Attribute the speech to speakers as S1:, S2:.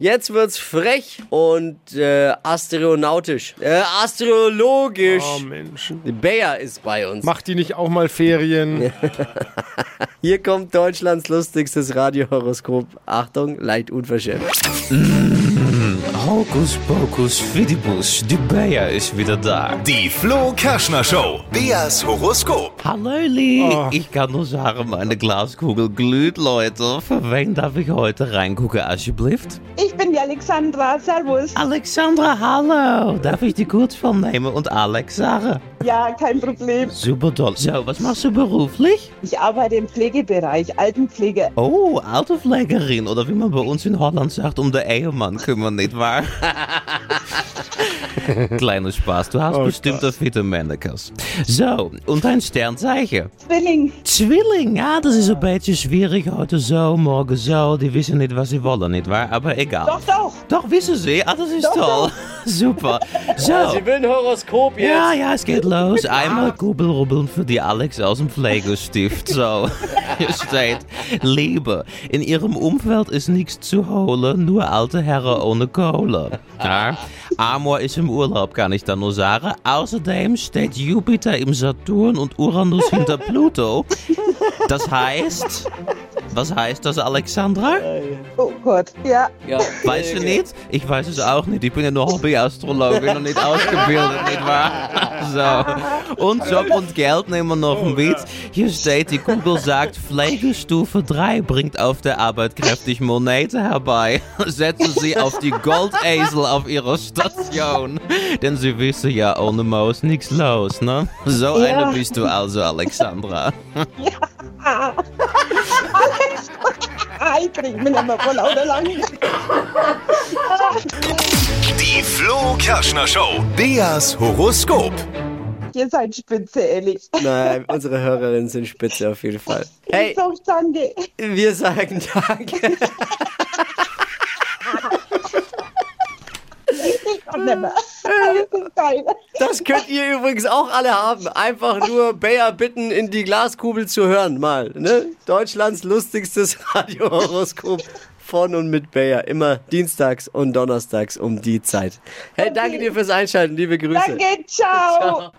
S1: Jetzt wird's frech und äh, astronautisch. Äh, astrologisch.
S2: Oh,
S3: Um.
S2: Menschen.
S1: Bea ist bei uns.
S2: Macht die nicht auch mal Ferien?
S1: Hier kommt Deutschlands lustigstes Radiohoroskop. Achtung, leicht unverschämt.
S3: Hocus Pocus Fidibus, die Bea ist wieder da.
S4: Die Flo Kerschner Show. Beas Horoskop.
S3: Hallöli,
S2: Oh.
S3: ich kann nur sagen, meine Glaskugel glüht, Leute. Für wen darf ich heute reingucken, alsjeblieft?
S5: Ich bin die Alexandra. Servus.
S3: Alexandra, hallo. Darf ich die Kurzform nehmen und Alex sagen?
S5: Ja, kein Problem.
S3: Super toll. So, was machst du beruflich?
S5: Ich arbeite im Pflegebereich, Altenpflege.
S3: Oh, Autopflegerin oder wie man bei uns in Holland sagt, um der Ehemann kümmern, nicht wahr? Kleiner Spaß, du hast bestimmt das fitte Mannequins. So, und ein Sternzeichen.
S5: Zwilling.
S3: Zwilling, ja, das ist ein beetje schwierig. Heute so, morgen so. Die wissen nicht, was sie wollen, nicht wahr? Aber egal.
S5: Doch, doch.
S3: Doch wissen sie. Ah, das ist toll. Super. So.
S1: will ein Horoskop jetzt.
S3: Ja, ja, es geht los. Einmal Kugelrubbeln für die Alex aus dem Pflegestift. So, hier steht, Liebe, in ihrem Umfeld ist nichts zu holen, nur alte Herren ohne Kohle. Ja, Amor ist im Urlaub, kann ich da nur sagen. Außerdem steht Jupiter im Saturn und Uranus hinter Pluto. Das heißt, was heißt das, Alexandra?
S5: Oh Gott. Ja.
S1: Ja.
S3: Weißt du nicht? Ich weiß es auch nicht. Ich bin ja nur Hobby-Astrologin und nicht ausgebildet, nicht wahr? So. Und Job und Geld nehmen wir noch mit. Hier steht, die Kugel sagt, Pflegestufe 3 bringt auf der Arbeit kräftig Monete herbei. Setzen Sie auf die Goldesel auf Ihrer Station. Denn Sie wissen ja, ohne Maus nichts los, ne? So
S5: Ja.
S3: eine bist du also, Alexandra.
S5: Ah. Alex. Ah, ich krieg mich nicht mehr von lauter Langen.
S4: Die Flo Kerschner Show. Beas Horoskop.
S5: Ihr seid spitze, ehrlich.
S1: Nein, unsere Hörerinnen sind spitze auf jeden Fall. Hey,
S5: So, danke.
S1: wir sagen Danke.
S5: Ich komm nicht mehr. Das ist geil.
S1: Das könnt ihr übrigens auch alle haben. Einfach nur Bea bitten, in die Glaskugel zu hören, mal. Ne? Deutschlands lustigstes Radiohoroskop von und mit Bea. Immer dienstags und donnerstags um die Zeit. Hey, danke dir fürs Einschalten. Liebe Grüße.
S5: Danke, ciao.